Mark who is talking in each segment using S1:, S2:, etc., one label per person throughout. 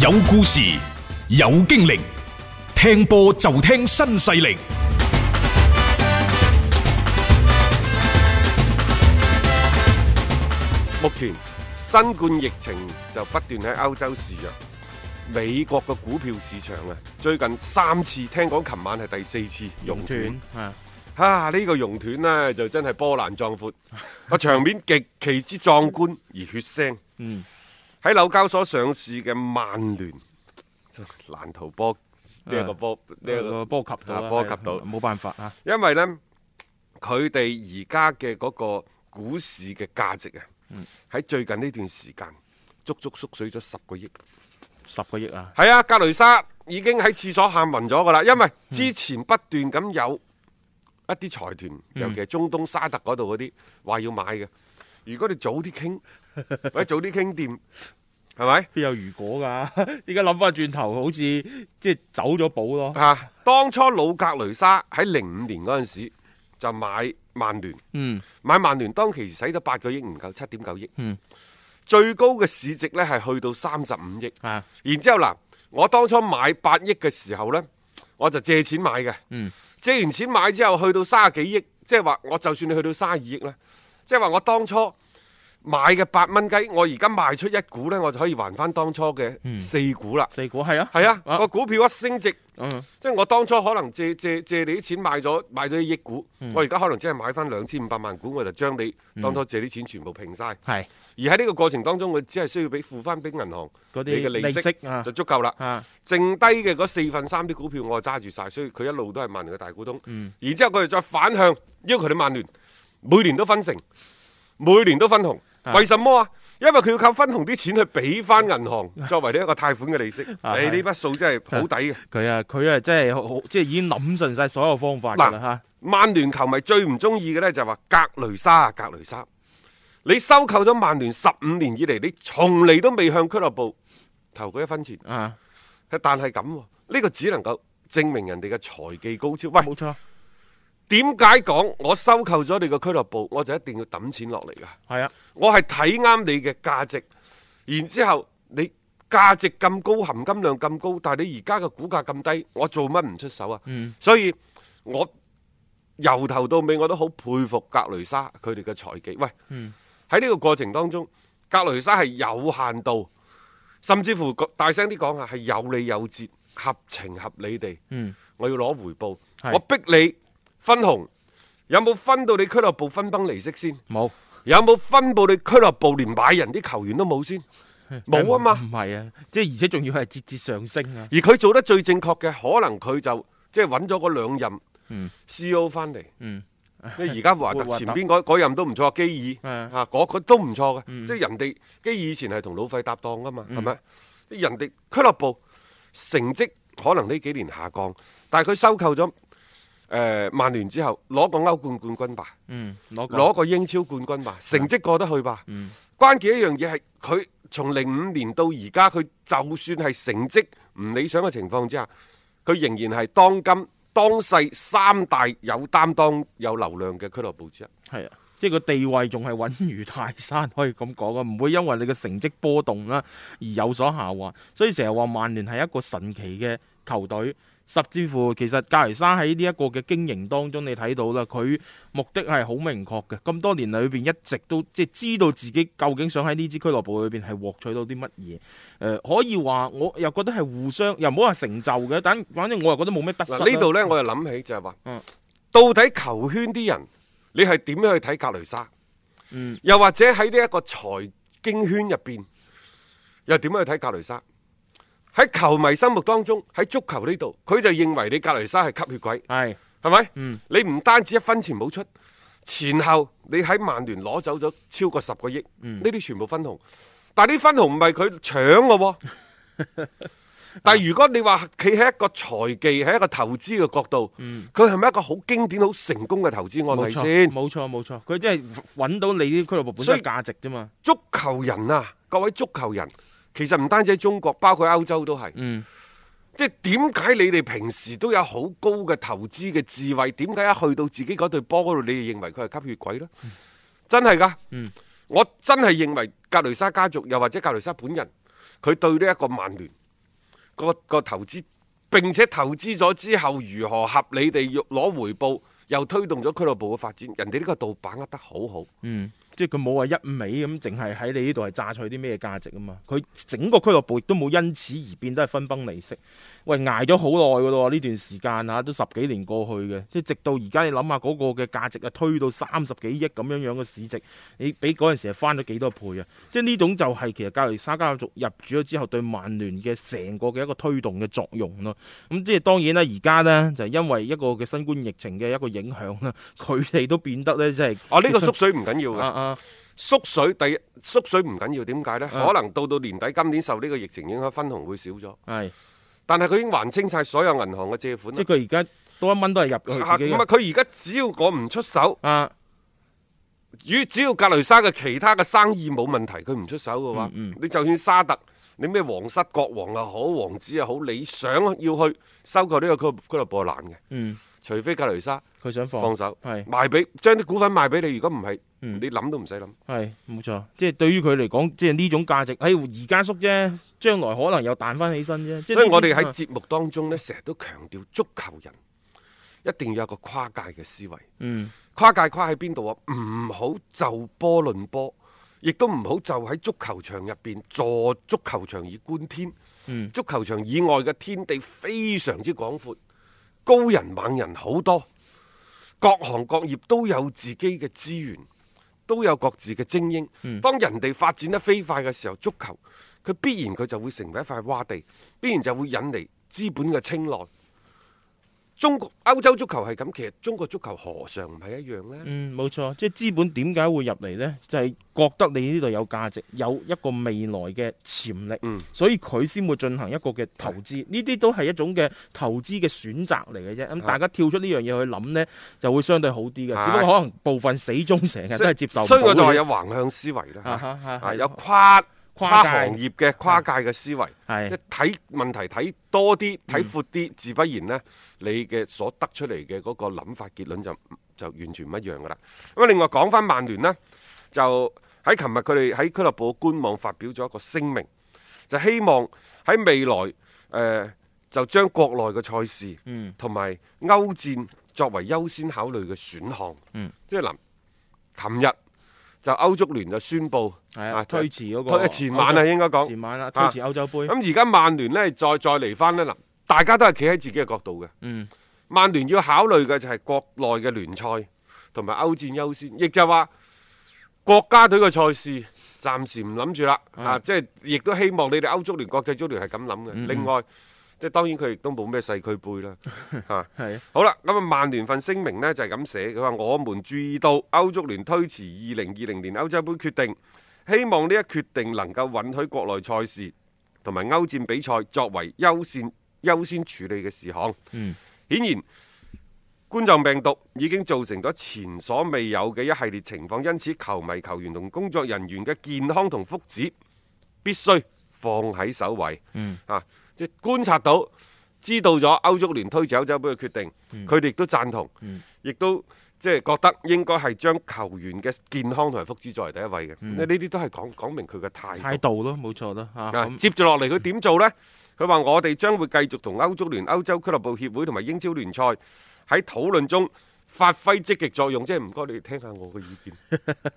S1: 有故事，有經歷，聽波就聽新勢力。
S2: 目前新冠疫情就不斷喺歐洲肆虐，美國嘅股票市場啊，最近三次聽講，琴晚係第四次熔斷。
S3: 啊！
S2: 啊！呢、個熔斷呢，就真係波瀾壯闊，個場面極其之壯觀而血腥。
S3: 嗯，
S2: 喺紐交所上市嘅曼聯，就難逃波呢一個波呢一
S3: 呢
S2: 個
S3: 個波及到啦
S2: 啊波及到
S3: 係冇辦法啊！
S2: 因為呢，佢哋而家嘅嗰個股市嘅價值啊，喺最近呢段時間足足縮水咗十個億。
S3: 十個億啊，
S2: 係啊，格雷莎已經喺廁所喊暈咗噶啦，因為之前不斷咁有一啲財團，尤其係中東沙特嗰度嗰啲話要買嘅。如果你早啲 傾，或者早啲傾掂，係咪？
S3: 邊有如果㗎？ 而家諗翻轉頭，好似即係走咗寶咯。
S2: 啊！當初老格雷沙喺零五年嗰陣時就買曼聯，
S3: 嗯，
S2: 買曼聯當其時使咗八個億唔夠，七點九億。
S3: 嗯，
S2: 最高嘅市值呢係去到三十五億。
S3: 啊，
S2: 然之後嗱，我當初買八億嘅時候呢，我就借錢買嘅。
S3: 嗯，
S2: 借完錢買之後去到三十幾億，即係話我就算你去到三十二億啦，即係話我當初買嘅八蚊雞，我而家賣出一股呢，我就可以還翻當初嘅四股啦。
S3: 四股嗯係啊，
S2: 係啊，
S3: 啊
S2: 個股票一升值。
S3: 嗯，
S2: 即係我當初可能借借借你啲錢買咗買咗一億股，
S3: 嗯
S2: 我而家可能只係買翻兩千五百萬股，我就將你當初借啲錢全部平晒。
S3: 係
S2: 而喺呢個過程當中，我只係需要俾付翻俾銀行
S3: 嗰啲
S2: 你嘅利
S3: 利息啊
S2: 就足夠啦。
S3: 啊，
S2: 剩低嘅嗰四分三啲股票我就揸住晒，所以佢一路都係曼聯嘅大股東。
S3: 嗯
S2: 然之後佢哋再反向要求你曼聯每年都分成，每年都分紅。
S3: 啊
S2: 為什麼啊？因為佢要靠分紅啲錢去俾翻銀行作為呢一個貸款嘅利息。
S3: 啊
S2: 你呢筆數真係好抵嘅。
S3: 佢啊，佢啊，真係好好，即係已經諗盡晒所有方法㗎啦嚇。
S2: 曼聯球迷最唔中意嘅呢，就係話格雷沙啊，格雷沙，你收購咗曼聯十五年以嚟，你從嚟都未向俱樂部投過一分錢，
S3: 啊，
S2: 但係咁喎，呢、個只能夠證明人哋嘅財技高超。喂，
S3: 冇錯，
S2: 點解講我收購咗你個俱樂部，我就一定要抌錢落嚟㗎？
S3: 係啊，
S2: 我係睇啱你嘅價值，然之後你價值咁高，含金量咁高，但係你而家嘅股價咁低，我做乜唔出手啊？
S3: 嗯
S2: 所以我由頭到尾我都好佩服格雷莎佢哋嘅財技。喂，
S3: 嗯
S2: 喺呢個過程當中，格雷莎係有限度，甚至乎個大聲啲講下啊係有理有節、合情合理地，
S3: 嗯，
S2: 我要攞回報，
S3: 係
S2: 我逼你分紅，有冇分到你俱樂部分崩離析先？
S3: 冇
S2: 有冇分佈你俱樂部連買人啲球員都冇先？冇啊嘛。
S3: 唔係啊，即係而且仲要係節節上升啊。
S2: 而佢做得最正確嘅，可能佢就即係揾咗嗰兩任 C.O. 翻嚟。
S3: 嗯
S2: 你而家 華特
S3: 活華特
S2: 前邊嗰嗰任都唔錯，基爾
S3: 嗯
S2: 嚇嗰個都唔錯嘅，即係人哋基爾以前係同老費搭檔噶嘛，
S3: 嗯
S2: 係咪？即係人哋俱樂部成績可能呢幾年下降，但係佢收購咗誒曼聯之後，攞個歐冠冠軍吧。
S3: 嗯，攞個嗯
S2: 攞個英超冠軍吧，成績過得去吧。關鍵一樣嘢係佢從零五年到而家，佢就算係成績唔理想嘅情況之下，佢仍然係當今當世三大有擔當、有流量嘅俱樂部之一。
S3: 係啊，即係個地位仲係穩如泰山，可以咁講啊，唔會因為你嘅成績波動啦而有所下滑。所以成日話曼聯係一個神奇嘅球隊，甚至乎其實格雷沙喺呢一個嘅經營當中，你睇到啦，佢目的係好明確嘅。咁多年裏邊一直都即係知道自己究竟想喺呢支俱樂部裏邊係獲取到啲乜嘢。誒、可以話我又覺得係互相，又唔好話成就嘅，但反正我又覺得冇咩得失啦
S2: 嗱，呢度呢，我又諗起就係話
S3: 嗯，
S2: 到底球圈啲人你係點樣去睇格雷沙？
S3: 嗯
S2: 又或者喺呢一個財經圈入邊，又點樣去睇格雷沙？喺球迷心目當中，喺足球呢度，佢就認為你格雷沙係吸血鬼。
S3: 係
S2: 係咪？
S3: 嗯
S2: 你唔單止一分錢冇出，前後你喺曼聯攞走咗超過十個億，
S3: 嗯
S2: 呢啲、全部分紅。但係呢分紅唔係佢搶嘅喎。 但係如果你話企喺一個財技，喺一個投資嘅角度，佢係咪一個好經典、好成功嘅投資案
S3: 嗯冇
S2: 例
S3: 錯
S2: 先？
S3: 冇錯冇錯，佢即係揾到你啲俱樂部本
S2: 所
S3: 身
S2: 以
S3: 嘅價值啫嘛。
S2: 足球人啊，各位足球人，其實唔單止喺中國，包括歐洲都係。
S3: 嗯，
S2: 即係點解你哋平時都有好高嘅投資嘅智慧，點解一去到自己嗰隊波嗰度，你哋認為佢係吸血鬼呢？真係㗎，
S3: 嗯
S2: 我真係認為格雷沙家族又或者格雷沙本人，佢對呢一個曼聯個個投資，並且投資咗之後如何合理地欲攞回報，又推動咗俱樂部嘅發展。人哋呢個度把握得好好，
S3: 嗯，即係佢冇話一味咁，淨係喺你呢度係榨取啲咩價值啊嘛。佢整個俱樂部亦都冇因此而變得係分崩離析。喂，捱咗好耐噶咯喎，呢段時間啊，都十幾年過去嘅，即係直到而家你諗下嗰個嘅價值啊，推到三十幾億咁樣樣嘅市值，你比嗰陣時係翻咗幾多倍啊？即係呢種就係其實教育沙家族入主咗之後對曼聯嘅成個嘅一個推動嘅作用咯。咁即係當然啦，而家呢，就係因為一個嘅新冠疫情嘅一個影響啦，佢哋都變得呢，即係
S2: 哦，呢、個縮水唔緊要嘅。
S3: 啊啊
S2: 縮水第一縮水唔緊要，點解呢？
S3: 嗯
S2: 可能到到年底今年受呢個疫情影響，分紅會少咗，
S3: 係。
S2: 但係佢已經還清晒所有銀行嘅借款
S3: 即
S2: 啦。
S3: 係佢而家多一蚊都係入
S2: 啊
S3: 佢自己
S2: 咁啊！
S3: 嘅。
S2: 佢而家只要我唔出手，
S3: 啊，
S2: 與只要格雷沙嘅其他嘅生意冇問題，佢唔出手嘅話，
S3: 嗯嗯
S2: 你就算沙特，你咩皇室國王又好，王子又啊好，你想要去收購呢個俱俱樂部係難嘅，
S3: 嗯，
S2: 除非格雷沙
S3: 佢想放
S2: 放手，
S3: 係
S2: 賣俾將啲股份賣俾你。如果唔係，
S3: 嗯
S2: 你諗都唔使諗。
S3: 係冇錯，即係對於佢嚟講，即係呢種價值，喺而家縮啫，將來可能又彈翻起身啫。即係
S2: 所以
S3: 呢啊
S2: 我哋
S3: 種
S2: 喺節目當中呢，成日都強調足球人一定要有一個跨界嘅思維。
S3: 嗯
S2: 跨界跨喺邊度啊？唔好就波論波，亦都唔好就喺足球場入邊坐足球場以觀天。
S3: 嗯
S2: 足球場以外嘅天地非常之廣闊，高人猛人好多，各行各業都有自己嘅資源，都有各自嘅精英。
S3: 嗯
S2: 當人哋發展得飛快嘅時候，足球佢必然佢就會成為一塊洼地，必然就會引嚟資本嘅青睞。中國歐洲足球係咁，其實中國足球何嘗唔係一樣呢？
S3: 嗯冇錯，即係資本點解會入嚟呢？就係、覺得你呢度有價值，有一個未來嘅潛力，
S2: 嗯
S3: 所以佢先會進行一個嘅投資。呢啲都係一種嘅投資嘅選擇嚟嘅啫。
S2: 係
S3: 咁大家跳出呢樣嘢去諗呢，就會相對好啲嘅。
S2: 係
S3: 只不過可能部分死忠成日都係接受唔到
S2: 所以我就話
S3: 嘅
S2: 有橫向思維啦，
S3: 啊哈啊
S2: 啊
S3: 係
S2: 有跨跨
S3: 跨界嗯
S2: 行業嘅跨界嘅思維。
S3: 係
S2: 即係睇問題睇多啲，
S3: 嗯
S2: 睇闊啲，自不然呢，你嘅所得出嚟嘅嗰個諗法結論就就完全唔一樣噶啦。咁啊，另外講翻曼聯呢，就喺琴日佢哋喺俱樂部官網發表咗一個聲明，就希望喺未來誒、呃就將國內嘅賽事
S3: 嗯
S2: 同埋歐戰作為優先考慮嘅選項。
S3: 嗯
S2: 即係嗱，琴日就歐足聯就宣布
S3: 係啊，推遲嗰、個
S2: 推前晚啊，，應該講。
S3: 前晚啦，推遲歐洲杯，
S2: 咁而家曼聯呢，再再嚟翻呢，嗱，大家都係企喺自己嘅角度嘅。
S3: 嗯
S2: 曼聯要考慮嘅就係國內嘅聯賽同埋歐戰優先，亦就話國家隊嘅賽事暫時唔諗住啦。
S3: 嗯
S2: 啊，即係亦都希望你哋歐足聯、國際足聯係咁諗嘅。另外，即係當然佢亦都冇咩世俱杯啦。嚇、
S3: 係
S2: 好啦，咁啊，曼聯份聲明呢就係咁寫，佢話我們注意到歐足聯推遲二零二零年歐洲杯決定，希望呢一決定能夠允許國內賽事同埋歐戰比賽作為優先優先處理嘅事項。
S3: 嗯，
S2: 顯然冠狀病毒已經造成咗前所未有嘅一系列情況，因此球迷、球員同工作人員嘅健康同福祉必須放喺首位。
S3: 嗯
S2: 啊，即係觀察到、知道咗歐足聯推遲歐洲杯嘅決定，佢哋亦都贊同
S3: 嗯，
S2: 亦都即係覺得應該係將球員嘅健康同埋福祉作為第一位嘅。
S3: 嗯
S2: 呢啲都係講講明佢嘅態度
S3: 態。度咯，冇錯啦嚇。
S2: 啊
S3: 咁
S2: 接住落嚟佢點做呢？佢話我哋將會繼續同歐足聯、歐洲俱樂部協會同埋英超聯賽喺討論中發揮積極作用，即係唔該你哋聽下我嘅意見。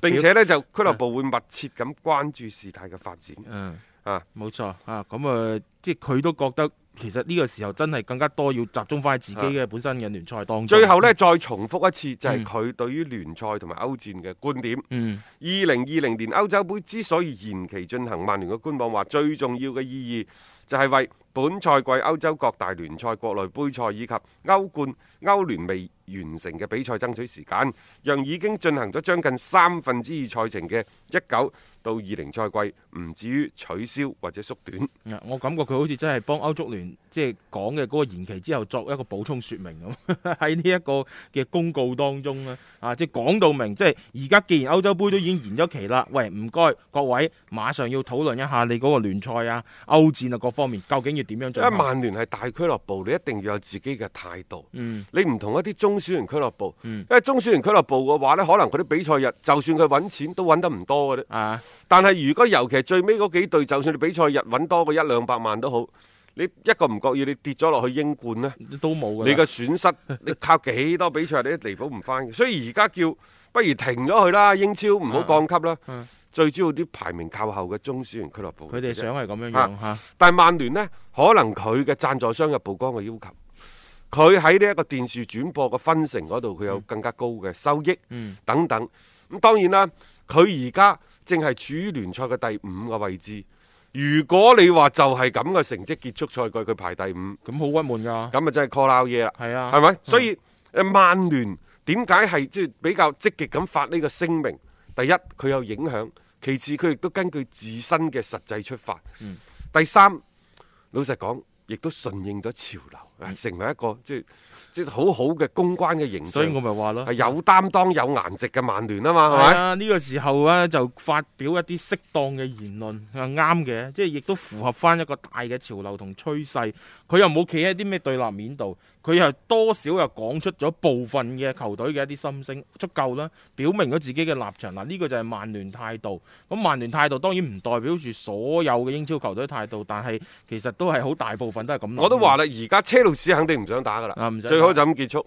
S2: 並且呢，就俱樂部會密切咁關注事態嘅發展。
S3: 嗯
S2: 啊，
S3: 冇錯啊。咁啊，即係佢都覺得其實呢個時候真係更加多要集中翻喺自己嘅本身嘅聯賽當中。
S2: 最後呢，再重複一次就係
S3: 嗯
S2: 佢對於聯賽同埋歐戰嘅觀點。
S3: 嗯，
S2: 二零二零年歐洲杯之所以延期進行，曼聯嘅官網話最重要嘅意義就係為本賽季歐洲各大聯賽、國內杯賽以及歐冠、歐聯未完成嘅比賽爭取時間，讓已經進行咗將近三分之二賽程嘅一九到二零賽季唔至於取消或者縮短。
S3: 啊我感覺佢好似真係幫歐足聯即係講嘅嗰個延期之後作一個補充說明咁， 喺呢一個嘅公告當中咧，啊，即係講到明，即係而家既然歐洲杯都已經延咗期啦，喂，唔該各位，馬上要討論一下你嗰個聯賽啊、歐戰啊各方面究竟要點樣
S2: 因
S3: 進
S2: 為
S3: 行。
S2: 曼聯係大俱樂部，你一定要有自己嘅態度。
S3: 嗯
S2: 你唔同一啲中小型俱樂部，
S3: 嗯
S2: 因為中小型俱樂部嘅話呢可能佢啲比賽日，就算佢揾錢都揾得唔多嘅啫。
S3: 啊，
S2: 但係如果尤其係最尾嗰幾隊，就算你比賽日揾多過一兩百萬都好，你一個唔覺意，你跌咗落去英冠呢，
S3: 都冇㗎啦。
S2: 你嘅損 失，你靠幾多比賽你都彌補唔翻嘅。所以而家叫不如停咗佢啦，英超唔好降級啦。
S3: 嗯
S2: 最主要啲排名靠後嘅中小型俱樂部，
S3: 佢哋想係咁樣
S2: 啊
S3: 樣嚇，
S2: 但係曼聯呢，可能佢嘅贊助商有曝光嘅要求，佢喺呢一個電視轉播嘅分成嗰度，佢有更加高嘅收益
S3: 嗯
S2: 等等。咁當然啦，佢而家正係處於聯賽嘅第五個位置。如果你話就係咁嘅成績結束賽季，佢排第五，
S3: 咁好鬱悶㗎。
S2: 咁啊真係 call out 嘢啦，
S3: 係啊
S2: 係咪？所以誒，曼聯點解係即係比較積極咁發呢個聲明？第一，佢有影響；其次，佢亦都根據自身嘅實際出發。
S3: 嗯
S2: 第三，老實講，亦都順應咗潮流，
S3: 嗯
S2: 啊成為一個即係即係好好嘅公關嘅形象。
S3: 所以我咪話咯
S2: 係，有擔當、有顏值嘅曼聯啊嘛，係
S3: 係
S2: 咪？
S3: 啊，呢個時候咧就發表一啲適當嘅言論啊，啱嘅，即係亦都符合翻一個大嘅潮流同趨勢。佢又冇企喺啲咩對立面度，佢又多少又講出咗部分嘅球隊嘅一啲心聲，足夠啦，表明咗自己嘅立場。嗱，呢個就係曼聯態度。咁曼聯態度當然唔代表住所有嘅英超球隊態度，但係其實都係好大部分都係咁諗嘅。
S2: 我都話啦，而家車路士肯定唔想打噶啦，
S3: 啊唔想打
S2: 最好就咁結束。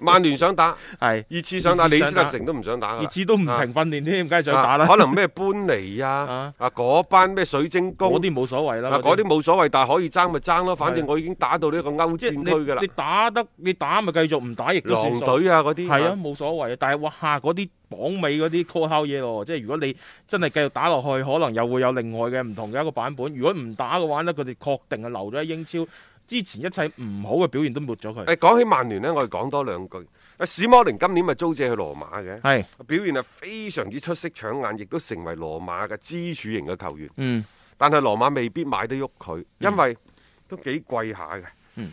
S2: 曼聯想打，
S3: 係
S2: 熱刺想打，
S3: 熱刺
S2: 李
S3: 想
S2: 斯
S3: 打
S2: 特城都唔想打㗎啦
S3: 熱刺都唔
S2: 啊
S3: 停訓練添，梗係想打啦。
S2: 啊可能咩搬尼啊
S3: 啊，
S2: 啊嗰班咩水晶宮
S3: 嗰啲冇所謂啦，
S2: 啊嗰啲冇所謂，但係可以爭咪爭咯。反正
S3: 係啊
S2: 我已經打到呢一個歐戰
S3: 即係
S2: 區㗎
S3: 你
S2: 啦
S3: 你，打得你打咪繼續，唔打亦都算
S2: 狼
S3: 數。
S2: 隊啊嗰啲
S3: 係啊，冇所謂。但係哇，嗰啲榜尾嗰啲 call 烤嘢咯，即係如果你真係繼續打落去，可能又會有另外嘅唔同嘅一個版本。如果唔打嘅話呢，佢哋確定係留咗喺英超之前一切唔好嘅表現都抹咗佢。
S2: 誒講起曼聯呢，我哋講多兩句。啊，史摩寧今年咪租借去羅馬嘅，啊
S3: 係，
S2: 表現係非常之出色搶眼，亦都成為羅馬嘅支柱型嘅球員。
S3: 嗯，
S2: 但係羅馬未必買得喐佢，因為都幾貴下嘅。誒、
S3: 嗯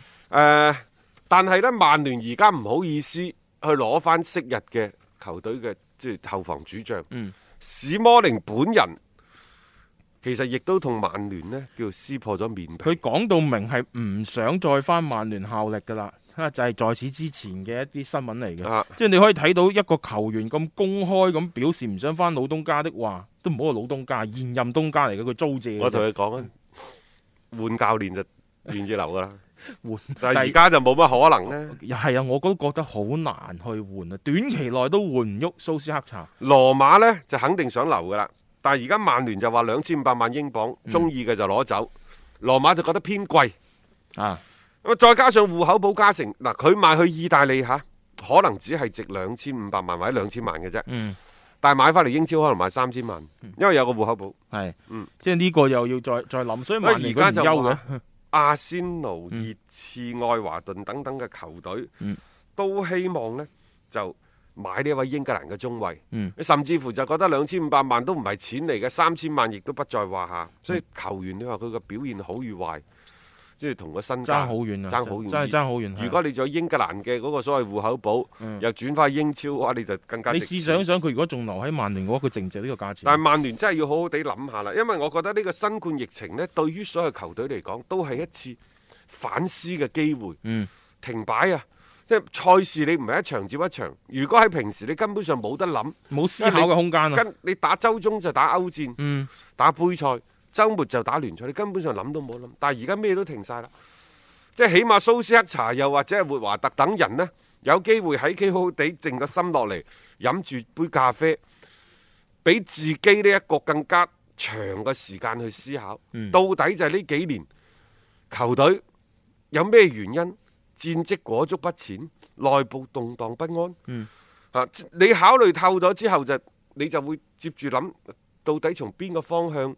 S2: 但係呢，曼聯而家唔好意思去攞翻昔日嘅球隊嘅即係後防主將。
S3: 嗯
S2: 史摩寧本人其實亦都同曼聯呢叫撕破咗面皮。
S3: 佢講到明係唔想再翻曼聯效力㗎啦，啊就係、在此之前嘅一啲新聞嚟嘅。
S2: 啊，
S3: 即係你可以睇到一個球員咁公開咁表示唔想翻老東家的話，都唔好話老東家，現任東家嚟嘅，佢租借嘅啫。
S2: 我同佢講啊，嗯換教練就願意留噶 啦。
S3: 換
S2: 但係
S3: 但係
S2: 而家就冇乜可能呢。
S3: 又係啊，我都覺得好難去換啊，短期內都換唔喐蘇斯克查。
S2: 羅馬呢就肯定想留噶啦，但係而家曼聯就話兩千五百萬英鎊，中意嘅就攞走。羅馬就覺得偏貴，
S3: 啊，
S2: 咁啊再加上户口簿加成，嗱佢賣去意大利嚇，可能只係值兩千五百萬或者兩千萬嘅啫，
S3: 嗯，
S2: 但係買翻嚟英超可能賣三千萬，因為有個户口簿。
S3: 係，
S2: 嗯
S3: 即係呢個又要再再諗，所以
S2: 因為
S3: 曼聯佢
S2: 而家
S3: 唔
S2: 就
S3: 憂嘅
S2: 話。阿仙奴、熱刺、愛華頓等等嘅球隊，
S3: 嗯
S2: 都希望呢就買呢位英格蘭嘅中衞，
S3: 嗯
S2: 甚至乎就覺得兩千五百萬都唔係錢嚟嘅，三千萬亦都不在話下。所以球員你話佢嘅表現好與壞，即係同個身
S3: 爭
S2: 價
S3: 好遠啊！
S2: 爭好遠，
S3: 真係爭好遠。
S2: 如果你仲有英格蘭嘅嗰個所謂戶口簿，
S3: 嗯
S2: 又轉翻英超嘅話，你就更加
S3: 你
S2: 值
S3: 試
S2: 錢
S3: 想想，佢如果仲留喺曼聯嘅話，佢值唔值呢個價錢？
S2: 但係曼聯真係要好好地諗下啦，因為我覺得呢個新冠疫情呢，對於所有球隊嚟講都係一次反思嘅機會。
S3: 嗯，
S2: 停擺啊！即係賽事你唔係一場接一場，如果喺平時你根本上冇得諗，
S3: 冇思考嘅空間啊！
S2: 跟你打周中就打歐戰，
S3: 嗯，
S2: 打杯賽，週末就打聯賽，你根本上諗都冇諗。但係而家咩都停晒啦，即係起碼蘇斯克查又或者係活華特等人呢，有機會喺幾好好地靜個心落嚟，飲住杯咖啡，俾自己呢一個更加長嘅時間去思考，
S3: 嗯
S2: 到底就係呢幾年球隊有咩原因戰績裹足不前，內部動盪不安。
S3: 嗯
S2: 啊，你考慮透咗之後就你就會接住諗，到底從邊個方向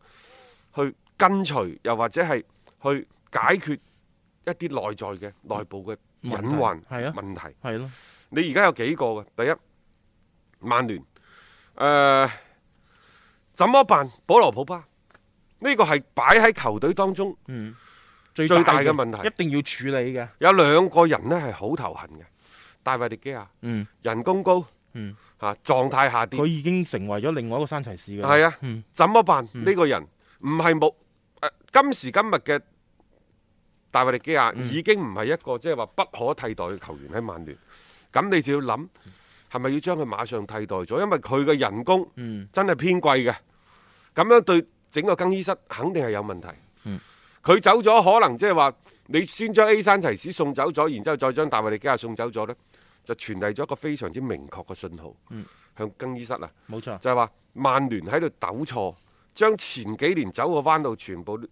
S2: 去跟隨，又或者係去解決一啲內在嘅內部嘅隱患
S3: 問題係啊
S2: 問題。
S3: 係咯，
S2: 你而家有幾個嘅？第一，曼聯，誒、呃怎麼辦？保羅普巴呢、個係擺喺球隊當中
S3: 嗯，最
S2: 最大嘅
S3: 嘅
S2: 問題
S3: 一定要處理嘅。
S2: 有兩個人呢係好頭痕嘅，大衛迪基亞
S3: 嗯，
S2: 人工高，
S3: 嗯，
S2: 嚇、狀態下跌
S3: 佢，已經成為咗另外一個山齊士嘅。
S2: 係啊，
S3: 嗯
S2: 怎麼辦？呢、個人唔係冇誒，今時今日嘅大衛利基
S3: 嗯
S2: 亞已經唔係一個即係話不可替代嘅球員喺曼聯，咁你就要諗係咪要將佢馬上替代咗？因為佢嘅人工
S3: 嗯
S2: 真係偏貴嘅，咁樣對整個更衣室肯定係有問題。
S3: 嗯
S2: 佢走咗，可能即係話你先將 A 山齊士送走咗，然之後再將大衛利基亞送走咗呢，就傳遞咗一個非常之明確嘅信號，向更衣室啊，
S3: 冇錯。
S2: 就係話曼聯喺度糾錯，將前幾年走嘅彎路全部
S3: 誒，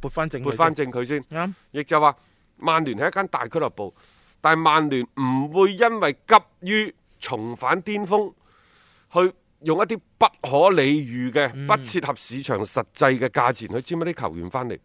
S3: 撥翻正佢
S2: 撥翻正佢先。
S3: 先啱，
S2: 亦就話曼聯係一間大俱樂部，但係曼聯唔會因為急於重返巔峰，去用一啲不可理喻嘅、不切合市場實際嘅價錢去簽一啲球員翻嚟。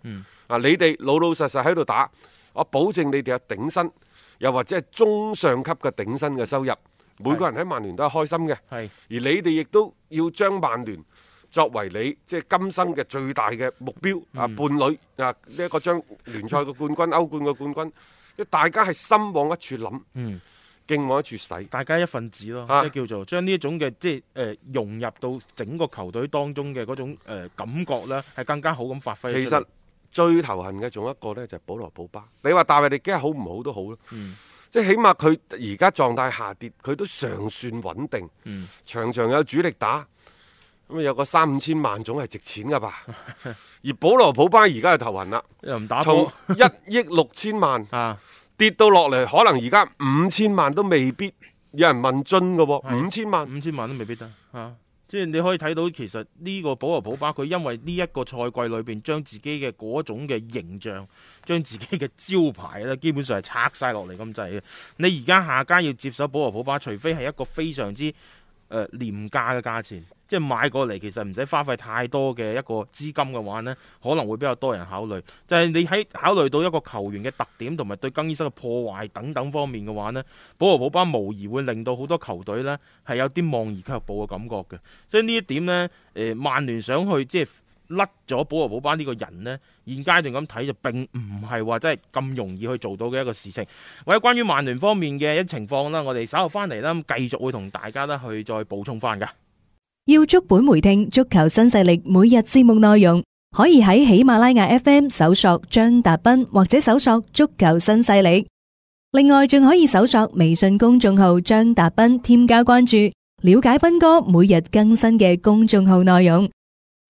S2: 啊，你哋老老實實喺度打，我保證你哋有頂薪，又或者係中上級嘅頂薪嘅收入。每個人喺曼聯都係開心嘅，而
S3: 係
S2: 你哋亦都要將曼聯作為你即係今生嘅最大嘅目標
S3: 嗯
S2: 啊，伴侶啊，呢一個將聯賽嘅冠軍、歐冠嘅冠軍，即係大家係心往一處諗，
S3: 嗯
S2: 勁往一處使。
S3: 大家一份子咯，
S2: 啊
S3: 即係叫做將呢一種嘅即係誒、呃融入到整個球隊當中嘅嗰種、呃、感覺咧，係更加好咁發揮出嚟。
S2: 其實最頭痕嘅仲有一個呢，就係保羅保巴。你話大衛迪基好唔好都好啦，
S3: 嗯
S2: 即係起碼佢而家狀態下跌，佢都尚算穩定，
S3: 嗯
S2: 場場有主力打，咁啊有個三五千萬總係值錢噶 吧。而保羅保巴而家就頭痕啦，
S3: 又唔打
S2: 從
S3: 波
S2: 一億六千萬
S3: 啊，
S2: 跌到落嚟，可能而家五千萬都未必有人問津嘅喎，
S3: 係
S2: 五千萬。
S3: 五千萬都未必得啊！即係你可以睇到，其實呢個保羅普巴佢因為呢一個賽季裏邊，將自己嘅嗰種嘅形象，將自己嘅招牌咧，基本上係拆晒落嚟咁滯嘅。你而家下家要接手保羅普巴，除非係一個非常之誒、呃廉價嘅價錢，即係買過嚟其實唔使花費太多嘅一個資金嘅話呢，可能會比較多人考慮。就係、你喺考慮到一個球員嘅特點同埋對更衣室嘅破壞等等方面嘅話呢，保羅普巴無疑會令到好多球隊呢係有啲望而卻步嘅感覺嘅。所以呢一點呢，誒、曼聯想去即係。甩咗保羅普巴呢個人呢，現階段咁睇就並唔係話真係咁容易去做到嘅一個事情。或者關於曼聯方面嘅一啲情況啦，我哋稍後翻嚟啦，咁繼續會同大家咧去再補充翻㗎。
S4: 要足本回聽足球新勢力每日節目內容，可以喺喜馬拉雅 FM 搜索張達斌或者搜索足球新勢力。另外，仲可以搜索微信公眾號張達斌，添加關注，了解斌哥每日更新嘅公眾號內容。